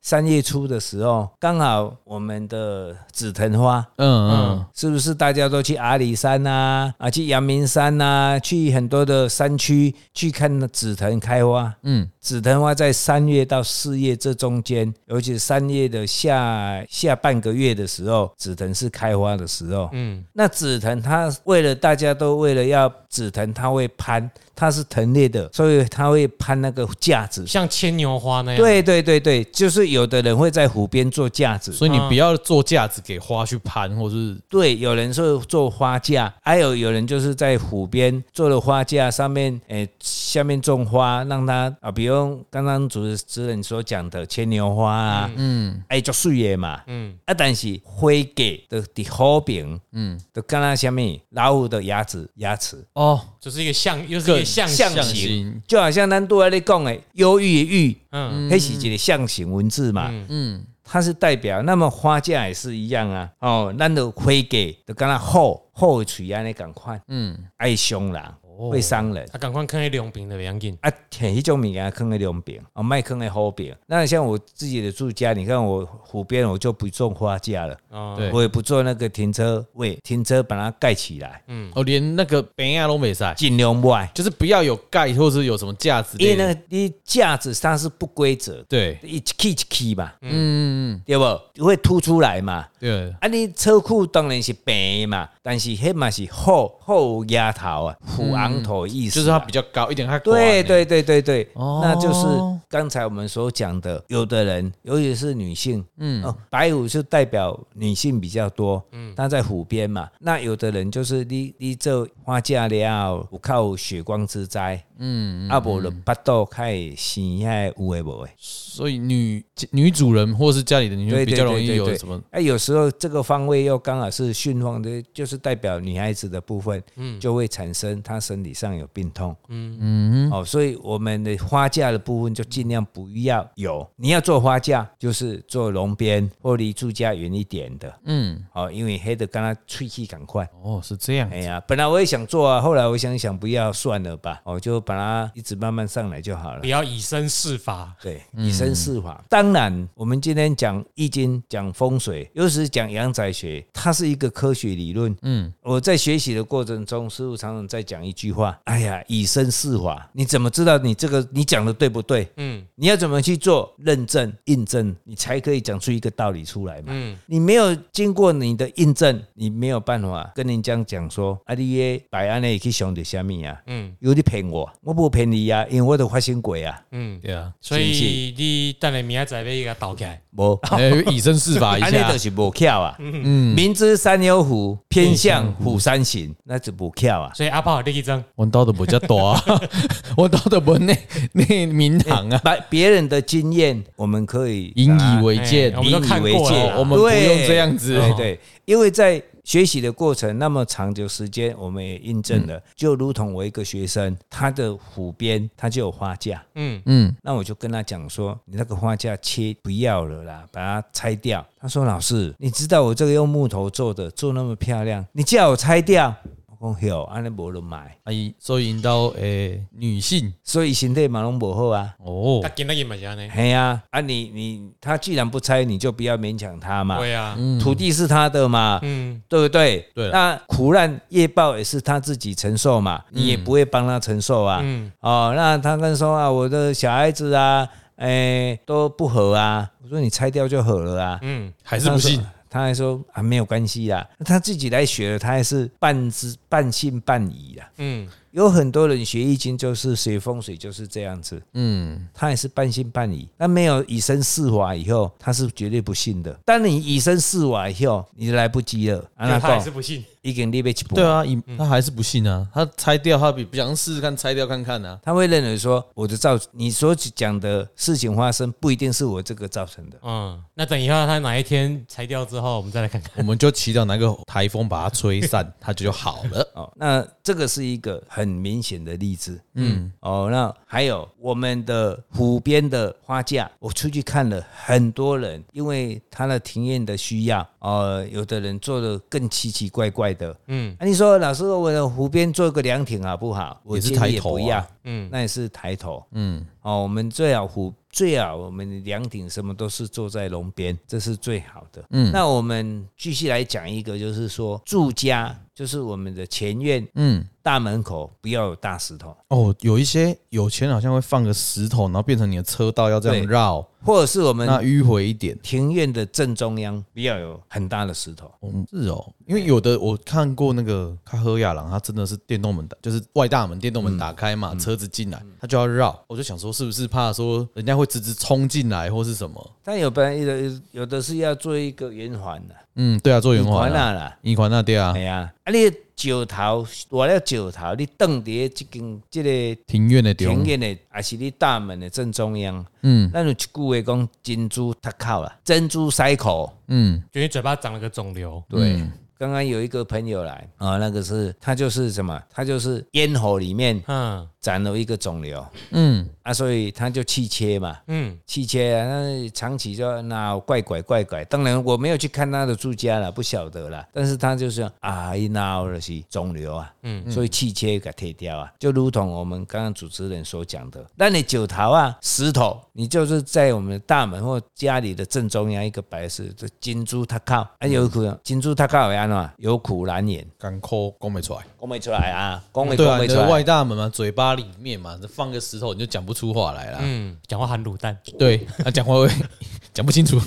Speaker 3: 三月初的时候，刚好我们的紫藤花，
Speaker 1: 嗯嗯，
Speaker 3: 是不是大家都去阿里山呐、啊，去阳明山呐、去很多的山区去看紫藤开花？
Speaker 1: 嗯，
Speaker 3: 紫藤花在三月到四月这中间，尤其是三月的下下半个月的时候，紫藤是开花的时候。
Speaker 2: 嗯，
Speaker 3: 那紫藤它为了大家都为了要紫藤，它会攀，它是藤类的，所以它会攀那个架子。
Speaker 2: 像牵牛花那样。，
Speaker 3: 对对对对，就是有的人会在湖边做架子，
Speaker 1: 所以你不要做架子给花去攀，或是
Speaker 3: 对，有人是做花架，还有有人就是在湖边做了花架，上面诶、下面种花，让它啊，比如刚刚主持人所讲的牵牛花啊，嗯，哎，做树叶嘛，嗯，啊，但是花给的的好饼，嗯，都干那下面老虎的牙齿牙齿。
Speaker 1: 哦，
Speaker 2: 就是一个象，又是一个
Speaker 1: 更
Speaker 2: 象
Speaker 3: 象
Speaker 2: 形
Speaker 1: 象
Speaker 3: 形
Speaker 1: 形，
Speaker 3: 就好像咱对外在讲的忧郁的郁，
Speaker 2: 嗯，
Speaker 3: 那是一个象形文字嘛，
Speaker 1: 嗯，
Speaker 3: 它是代表。那么花架也是一样啊，哦，咱的花给就跟那厚厚的嘴安尼共款，嗯，爱伤人，
Speaker 1: 哦
Speaker 3: 会伤人。
Speaker 2: 啊，赶快看一两瓶的两斤，
Speaker 3: 啊，舔一种物件坑的两边，啊，卖坑的好边。那像我自己的住家，你看我湖边我就不种花架了，
Speaker 2: 哦，
Speaker 1: 对
Speaker 3: 我也不做那个停车位，停车把它盖起来，
Speaker 1: 哦，连那个北亚都没晒，
Speaker 3: 尽量不爱，
Speaker 1: 就是不要有盖或者是有什么架子
Speaker 3: 因为
Speaker 1: 类
Speaker 3: 那
Speaker 1: 的，
Speaker 3: 个你架子它是不规则的，
Speaker 1: 对，
Speaker 3: 一起一起嘛，
Speaker 1: 嗯，
Speaker 3: 对不？会凸出来嘛。
Speaker 1: 对，
Speaker 3: 啊，你车库当然是平的嘛，但是迄嘛是厚厚压头啊，虎昂头意
Speaker 1: 就
Speaker 3: 思啊、
Speaker 1: 是它比较高一点，它管
Speaker 3: 对
Speaker 1: 欸，
Speaker 3: 对对对对，
Speaker 1: 哦
Speaker 3: 那就是刚才我们所讲的，有的人，尤其是女性，嗯，哦、白虎是代表女性比较多，嗯，那在湖边嘛，那有的人就是你你这花架了，有靠血光之灾，嗯，啊无就巴肚开生遐有诶无诶，
Speaker 1: 所以女女主人或是家里的女
Speaker 3: 对
Speaker 1: 人比
Speaker 3: 对
Speaker 1: 较
Speaker 3: 对
Speaker 1: 容易
Speaker 3: 对
Speaker 1: 有
Speaker 3: 对
Speaker 1: 什么，
Speaker 3: 哎、有时候这个方位又刚好是巽风的，就是代表女孩子的部分，嗯，就会产生她身体上有病痛，嗯嗯，哦，所以我们的花架的部分就尽量不要有。你要做花架，就是做龙边或离住家远一点的，
Speaker 1: 嗯，
Speaker 3: 哦，因为黑的跟它吹气赶快。
Speaker 1: 哦，是这样，
Speaker 3: 哎呀，本来我也想做啊，后来我想一想不要算了吧，我、哦、就把它一直慢慢上来就好了
Speaker 2: 不。要以身试法，
Speaker 3: 对，以身试法。当然，我们今天讲易经、讲风水，又是讲阳宅学，它是一个科学理论。嗯，我在学习的过程中，师傅常常在讲一句话：“哎呀，以身试法，你怎么知道你这个你讲的对不对？
Speaker 2: 嗯
Speaker 3: 你要怎么去做认证、印证，你才可以讲出一个道理出来嘛？”
Speaker 2: 嗯，
Speaker 3: 你没有经过你的印证，你没有办法跟人家讲说，啊，你耶百安内去想着虾米啊？
Speaker 2: 嗯
Speaker 3: 嗯，有你骗我，我不骗你呀、啊，因为我都发生过啊，
Speaker 2: 嗯，
Speaker 1: 对啊，
Speaker 2: 所以你等下明仔载要给它倒起来，
Speaker 3: 无。
Speaker 1: 哎，以身试法一
Speaker 3: 啊 安尼
Speaker 1: 下嗯
Speaker 3: 就，是无巧啊。明知山有虎，偏向虎山行，那就无巧啊。
Speaker 2: 所以阿炮你去争，
Speaker 1: 我到的不叫多啊， 我到的不内内名堂啊，
Speaker 3: 把哎别人的经验，我们可以
Speaker 1: 引以
Speaker 3: 为
Speaker 1: 为戒
Speaker 2: 哎，我们都
Speaker 3: 引以
Speaker 2: 看
Speaker 3: 为
Speaker 2: 过
Speaker 3: 戒
Speaker 2: 了
Speaker 1: 哦我
Speaker 2: 啦，
Speaker 1: 们不
Speaker 3: 对
Speaker 1: 用这样子
Speaker 3: 对
Speaker 2: 哦
Speaker 3: 对，因为在学习的过程那么长久时间，我们也印证
Speaker 2: 嗯
Speaker 3: 了，就如同我一个学生，他的虎边他就有花架，
Speaker 2: 嗯
Speaker 1: 嗯，
Speaker 3: 那我就跟他讲说，你那个花架切不要了啦，把它拆掉。他说老师，你知道我这个用木头做的，做那么漂亮，你叫我拆掉，我讲有，安尼无人买。
Speaker 1: 啊，以所以引到诶女性
Speaker 3: 所以形态嘛拢不好啊。
Speaker 1: 哦
Speaker 2: 他，今仔日嘛是安尼，
Speaker 3: 嘿呀、啊，啊你你他既然不拆，你就不要勉强他嘛。嗯
Speaker 2: 对啊，
Speaker 3: 土地是他的嘛，
Speaker 2: 嗯
Speaker 3: 对不对？
Speaker 1: 对了
Speaker 3: 那苦难业报也是他自己承受嘛，你也不会帮他承受啊。
Speaker 2: 嗯，
Speaker 3: 哦，那他跟说啊，我的小孩子啊，哎、都不合啊。我说你拆掉就好了啊。
Speaker 2: 嗯，
Speaker 1: 还是不信
Speaker 3: 他说。他还说啊，没有关系啦，他自己来学了，他还是半知半信半疑啦。
Speaker 2: 嗯，
Speaker 3: 有很多人学易经就是学风水就是这样子，
Speaker 1: 嗯，
Speaker 3: 他也是半信半疑。那没有以身试法以后，他是绝对不信的。当你以身试法以后，你就来不及了。啊
Speaker 2: 就
Speaker 3: 那
Speaker 2: 他也
Speaker 3: 讲
Speaker 2: 是不信，
Speaker 3: 已经立被起步
Speaker 1: 对，啊，以
Speaker 3: 嗯
Speaker 1: 他还是不信啊，他拆掉，他比不想试试看拆掉看看 啊，
Speaker 3: 他会认为说我的造你所讲的事情发生不一定是我这个造成的。
Speaker 2: 嗯，那等以后他哪一天裁掉之后，我们再来看看，
Speaker 1: 我们就祈祷哪个台风把它吹散，它就好了。
Speaker 3: 哦，那这个是一个很明显的例子。嗯，哦，那还有我们的湖边的花架，我出去看了很多人，因为他的庭院的需要，呃，有的人做的更奇奇怪怪的。嗯，啊、你说老师，我的湖边做个凉亭好不好？我
Speaker 1: 也是
Speaker 3: 建议
Speaker 1: 抬
Speaker 3: 也
Speaker 1: 头
Speaker 3: 不
Speaker 1: 啊
Speaker 3: 要。
Speaker 2: 嗯
Speaker 3: 嗯，那也是抬头。嗯，哦，我们最好湖。最好我们凉亭什么都是坐在龙边，这是最好的。嗯，那我们继续来讲一个，就是说住家，就是我们的前院
Speaker 1: 嗯，
Speaker 3: 大门口不要有大石头，
Speaker 1: 哦，有一些有钱人好像会放个石头，然后变成你的车道要这样
Speaker 3: 对嗯
Speaker 1: 绕，
Speaker 3: 或者是我
Speaker 1: 那
Speaker 3: 们
Speaker 1: 迂回一点。
Speaker 3: 庭院的正中央不要有很大的石头。
Speaker 1: 嗯，是哦，因为有的我看过那个卡赫亚朗，他真的是电动门打，就是外大门电动门打开
Speaker 3: 嗯
Speaker 1: 嘛，车子进来他就要绕，我就想说是不是怕说人家会直直冲进来或是什么？
Speaker 3: 但有本来有的有的是要做一个圆环的，
Speaker 1: 嗯，对啊，做圆环啊，
Speaker 3: 啊啦，
Speaker 1: 圆环那对啊
Speaker 3: 哎，呀，啊你的石头，我了石头，你蹬伫即间即个
Speaker 1: 庭院的地方
Speaker 3: 庭，院的，还是你大门的正中央。
Speaker 1: 嗯
Speaker 3: 咱有一句话讲，珍珠塔口啦，珍珠塞口。
Speaker 1: 嗯，
Speaker 2: 觉得嘴巴长了个肿瘤，
Speaker 3: 对，刚刚有一个朋友来啊，那个是他就是什么？他就是咽喉里面
Speaker 2: 嗯
Speaker 3: 长了一个肿瘤
Speaker 1: 嗯，
Speaker 3: 啊，所以他就气切嘛。
Speaker 2: 嗯，
Speaker 3: 气切啊，那长期就那怪怪怪怪。当然我没有去看他的住家了，不晓得啦。但是他就是啊，一闹的是肿瘤啊，嗯，所以气切给退掉啊，就如同我们刚刚主持人所讲的，那你九桃啊，石头，你就是在我们的大门或家里的正中央一个白石，这金珠它靠，啊有苦，金珠它靠安嘛，有苦难言，
Speaker 1: 干抠讲不出来。
Speaker 3: 讲不出来啊，讲也
Speaker 1: 对啊，
Speaker 3: 讲不
Speaker 1: 你
Speaker 3: 出
Speaker 1: 的
Speaker 3: 来。
Speaker 1: 外大门嘛，嘴巴里面嘛，这放个石头你就讲不出话来啦。
Speaker 2: 嗯，讲话含卤蛋，
Speaker 1: 对，啊，讲话会 讲不清楚。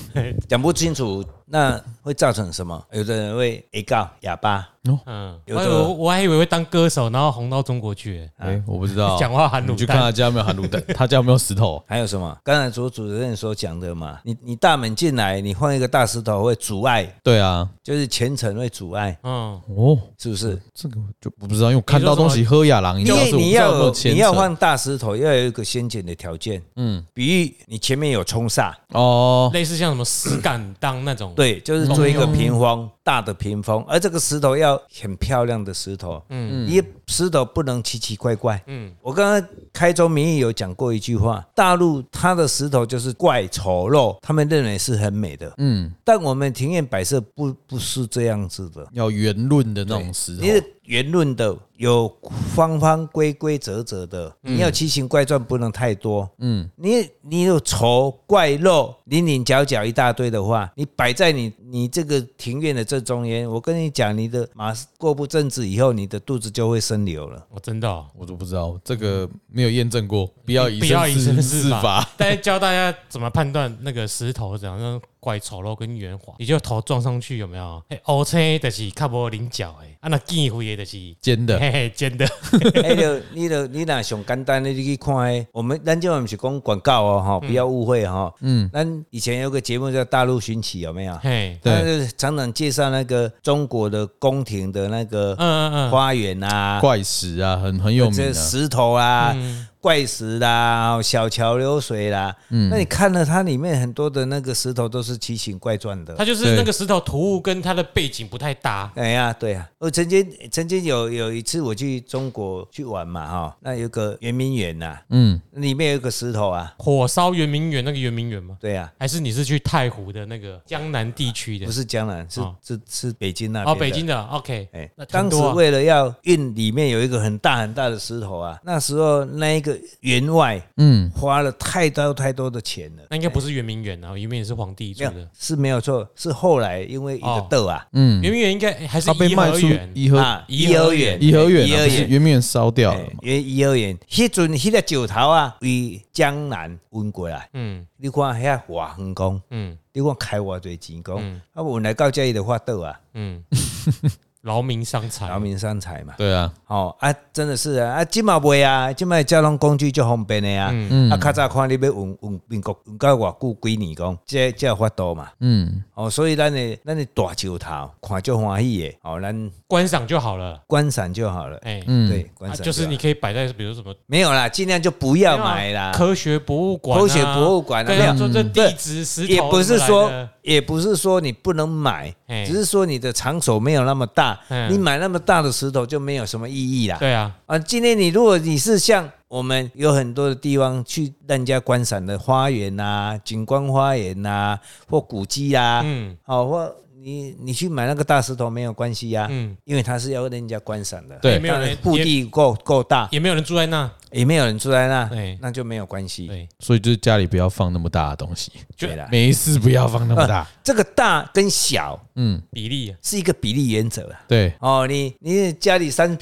Speaker 3: 讲不清楚，那会造成什么？有的人会一告哑巴，
Speaker 2: 嗯，
Speaker 3: 有
Speaker 2: 我还以
Speaker 3: 的
Speaker 2: 为我还以为会当歌手，然后红到中国去，欸
Speaker 1: 哎、我不知道，
Speaker 2: 讲话含卤蛋
Speaker 1: 你去看他家有没有含卤蛋，他家有没有石头。
Speaker 3: 还有什么？刚才主主任所讲的嘛，你你大门进来，你换一个大石头会阻碍，
Speaker 1: 对啊，
Speaker 3: 就是前程会阻碍，
Speaker 2: 嗯，
Speaker 1: 哦，
Speaker 3: 是不是？
Speaker 1: 这个我就不知道，因为我看到东西喝亚郎，
Speaker 3: 因
Speaker 1: 要
Speaker 3: 为
Speaker 1: 是我不
Speaker 3: 你
Speaker 1: 知道有没
Speaker 3: 要
Speaker 1: 有
Speaker 3: 有
Speaker 1: 牵
Speaker 3: 你
Speaker 1: 扯
Speaker 3: 要换大石头，要有一个先决的条件，
Speaker 1: 嗯
Speaker 3: 比喻你前面有冲煞，
Speaker 1: 哦，
Speaker 2: 类似像什么石敢当那种，
Speaker 3: 对，就是做一个屏风，大的屏风，而这个石头要很漂亮的石头，嗯，你石头不能奇奇怪怪，嗯，我刚刚开宗明义有讲过一句话，大陆它的石头就是怪丑陋，他们认为是很美的，
Speaker 1: 嗯，
Speaker 3: 但我们庭院摆设不不是这样子的，
Speaker 1: 要圆润的那种石头
Speaker 3: 你。是圆润的，有方方规规则则的，你要奇形怪状，不能太多。嗯，你你有丑怪陋，零零角角一大堆的话，你摆在你你这个庭院的正中间，我跟你讲，你的马过不阵子以后，你的肚子就会生瘤 了。
Speaker 2: 我真的哦
Speaker 1: 我都不知道这个没有验证过，不要以
Speaker 2: 不要以身
Speaker 1: 试
Speaker 2: 试
Speaker 1: 法
Speaker 2: 法。，但是教大家怎么判断那个石头怎样那种怪丑陋跟圆滑，你就头撞上去有没有？哎，凹车的是卡波棱角哎，啊那见灰的就是
Speaker 1: 尖的
Speaker 2: 嘿嘿尖的，
Speaker 3: 哎，就你的你那上简单的你去看那，我们咱今晚不是讲广告哦，哈，不要误会哈。嗯，咱以前有个节目叫《大陆寻奇》，有没有？
Speaker 2: 嘿，
Speaker 1: 对
Speaker 3: 他就是常常介绍那个中国的宫廷的那个
Speaker 2: 嗯嗯嗯，
Speaker 3: 花园啊，
Speaker 1: 怪石啊，很很有名
Speaker 3: 这
Speaker 1: 啊。
Speaker 3: 石头啊、
Speaker 2: 嗯
Speaker 3: 怪石啦、小桥流水啦。那你看了它里面很多的那个石头都是奇形怪状的
Speaker 2: 它。就是那个石头图物跟它的背景不太搭，
Speaker 3: 哎呀，对呀、我曾经曾经有有一次我去中国去玩嘛，哈、那有个圆明园呐、
Speaker 1: 嗯，
Speaker 3: 里面有一个石头啊，
Speaker 2: 火烧圆明园那个圆明园吗？
Speaker 3: 对呀、
Speaker 2: 还是你是去太湖的那个江南地区的
Speaker 3: 不？是江南，是、
Speaker 2: 哦
Speaker 3: 是是北京那边
Speaker 2: 哦，
Speaker 3: 的
Speaker 2: 北京的，OK，
Speaker 3: 哎、
Speaker 2: 那挺
Speaker 3: 当时
Speaker 2: 多啊
Speaker 3: 为了要运里面有一个很大很大的石头啊，那时候那一个员外，嗯，花了太多太多的钱了。
Speaker 2: 那应该不是圆明园啊，圆明园是皇帝住
Speaker 3: 没有嗯
Speaker 2: 的，
Speaker 3: 是没有错，是后来因为一个
Speaker 2: 哦
Speaker 3: 豆啊，
Speaker 2: 圆明园应该哎还是
Speaker 1: 它嗯被
Speaker 2: 颐
Speaker 1: 卖
Speaker 2: 和
Speaker 1: 出
Speaker 2: 园，
Speaker 1: 颐和
Speaker 3: 啊，
Speaker 2: 颐和园
Speaker 1: 颐和园
Speaker 3: 颐
Speaker 1: 啊，
Speaker 3: 和
Speaker 1: 不是
Speaker 3: 园，
Speaker 1: 圆明园烧掉了嘛？
Speaker 3: 哎因为颐和园，迄阵迄个石头啊，为江南运过来，
Speaker 2: 嗯
Speaker 3: 你看遐华恒宫，
Speaker 2: 嗯
Speaker 3: 你看开偌侪钱讲，
Speaker 1: 嗯
Speaker 3: 啊，我来到这里的话豆啊，
Speaker 2: 嗯，劳民伤
Speaker 1: 哎
Speaker 2: 财
Speaker 3: 劳，民伤财嘛，
Speaker 1: 对啊，
Speaker 3: 哦啊，真的是啊，啊，即嘛袂啊，即嘛交通工具就方便的啊。
Speaker 1: 嗯
Speaker 3: 啊，较早看你要运运运国运到偌久几年讲，这这有法度嘛。
Speaker 1: 嗯，
Speaker 3: 哦，所以咱的咱的大石头看就欢喜的，哦，咱
Speaker 2: 观赏就好了，
Speaker 3: 观赏就好了。
Speaker 2: 哎，
Speaker 1: 嗯
Speaker 3: 对，观
Speaker 2: 啊
Speaker 3: 赏
Speaker 2: 就是
Speaker 3: 好
Speaker 2: 你啊可以摆在比如什么
Speaker 3: 没有啦，尽量就不要买啦。
Speaker 2: 科学博物馆啊，
Speaker 3: 科学博物馆啊
Speaker 2: 对
Speaker 3: 没有
Speaker 2: 啊，说这地质石头
Speaker 3: 也不是
Speaker 2: 怎么来
Speaker 3: 说
Speaker 2: 的，
Speaker 3: 也不是说你不能买，
Speaker 2: 哎
Speaker 3: 只是说你的场所没有那么大，
Speaker 2: 嗯
Speaker 3: 你买那么大的石头就没有什么意义啦。
Speaker 2: 对啊，
Speaker 3: 啊，今天你如果你是像我们有很多的地方去让人家观赏的花园呐、景观花园呐、或古迹啊，
Speaker 2: 嗯
Speaker 3: 好、或你你去买那个大石头没有关系呀、
Speaker 2: 嗯，
Speaker 3: 因为它是要让人家观赏的，
Speaker 1: 对
Speaker 2: 没有
Speaker 3: 啊当然
Speaker 2: 人
Speaker 3: 腹
Speaker 2: 也
Speaker 3: 地啊够够大，
Speaker 2: 也没有人住在那，
Speaker 3: 也没有人住在那
Speaker 2: 对，
Speaker 3: 那就没有关系。
Speaker 2: 对，
Speaker 1: 所以就是家里不要放那么大的东西，
Speaker 2: 就
Speaker 3: 对啦，
Speaker 1: 没事不要放那么 大。
Speaker 3: 这个大跟小
Speaker 1: 嗯，
Speaker 2: 比例啊，
Speaker 3: 是一个比例原则啊。
Speaker 1: 对，
Speaker 3: 哦，你你家里三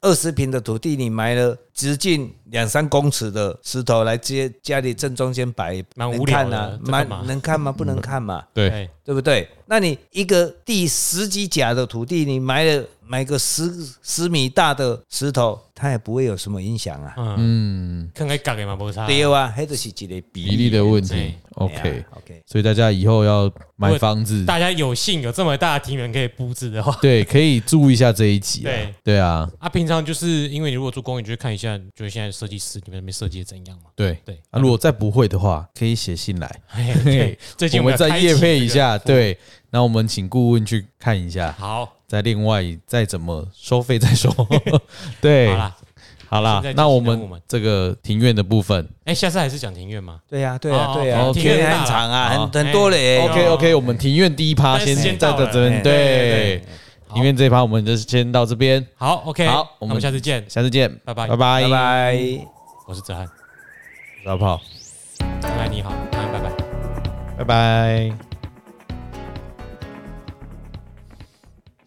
Speaker 3: 二十平的土地，你埋了直径两三公尺的石头来接家里正中间摆，
Speaker 2: 蛮
Speaker 3: 能
Speaker 2: 无聊
Speaker 3: 看
Speaker 2: 的
Speaker 3: 啊，
Speaker 2: 这
Speaker 3: 蛮
Speaker 2: 干嘛
Speaker 3: 能看吗？不能看嘛，
Speaker 1: 对，
Speaker 2: 对，
Speaker 3: 对不对？那你一个地十几甲的土地，你埋了埋个十十米大的石头，它也不会有什么影响啊。
Speaker 2: 嗯，
Speaker 1: 嗯，
Speaker 2: 看看港的嘛，不差，
Speaker 3: 对啊，那就是一个比
Speaker 1: 比
Speaker 3: 例
Speaker 1: 例的问
Speaker 2: 对哎
Speaker 1: 题。 OK，
Speaker 3: OK，
Speaker 1: 所以大家以后要买房子，
Speaker 2: 大家有幸有这么大的庭园可以布置的话，
Speaker 1: 对，可以注意一下这一集啊
Speaker 2: 对。
Speaker 1: 对啊，
Speaker 2: 啊，平常就是因为你如果住公园，你就会看一下，就是现在设计师你们那边设计的怎样嘛。
Speaker 1: 对
Speaker 2: 对
Speaker 1: 啊，如果再不会的话，可以写信来，
Speaker 2: 嘿对，最近
Speaker 1: 我们
Speaker 2: 有
Speaker 1: 再
Speaker 2: 开启
Speaker 1: 夜配
Speaker 2: 这
Speaker 1: 一
Speaker 2: 个嗯
Speaker 1: 下。。对，那我们请顾问去看一下，
Speaker 2: 好，好
Speaker 1: 再另外再怎么收费再 说。对，
Speaker 2: 啦，
Speaker 1: 好啦
Speaker 2: 现在，就
Speaker 1: 那我
Speaker 2: 请到我
Speaker 1: 们
Speaker 2: 们
Speaker 1: 这个庭院的部分
Speaker 2: 哎，下次还是讲庭院嘛。
Speaker 3: 对呀，啊对呀，
Speaker 2: 哦
Speaker 3: 对呀，
Speaker 1: 哦
Speaker 3: 庭
Speaker 1: 庭
Speaker 2: 院
Speaker 3: 院
Speaker 2: 大
Speaker 3: 很
Speaker 2: 了
Speaker 3: 长啊，
Speaker 1: 哦
Speaker 3: 很很多嘞。
Speaker 2: 哎
Speaker 1: ，OK
Speaker 2: 呦
Speaker 1: OK，我们庭院第一趴
Speaker 2: 但是
Speaker 1: 先
Speaker 2: 时间
Speaker 1: 在
Speaker 2: 到
Speaker 1: 这
Speaker 2: 了
Speaker 1: 边，
Speaker 3: 哎
Speaker 1: 对，庭院这一趴我们就先到这边，
Speaker 2: 好，OK，
Speaker 1: 好我
Speaker 2: 那我
Speaker 1: 们
Speaker 2: 们下次见。
Speaker 1: 下次见，
Speaker 2: 拜拜
Speaker 1: 拜拜
Speaker 3: 拜，拜。
Speaker 2: 我是哲翰，
Speaker 1: 老炮，
Speaker 2: 哲翰你好，安安拜拜。
Speaker 1: 拜拜。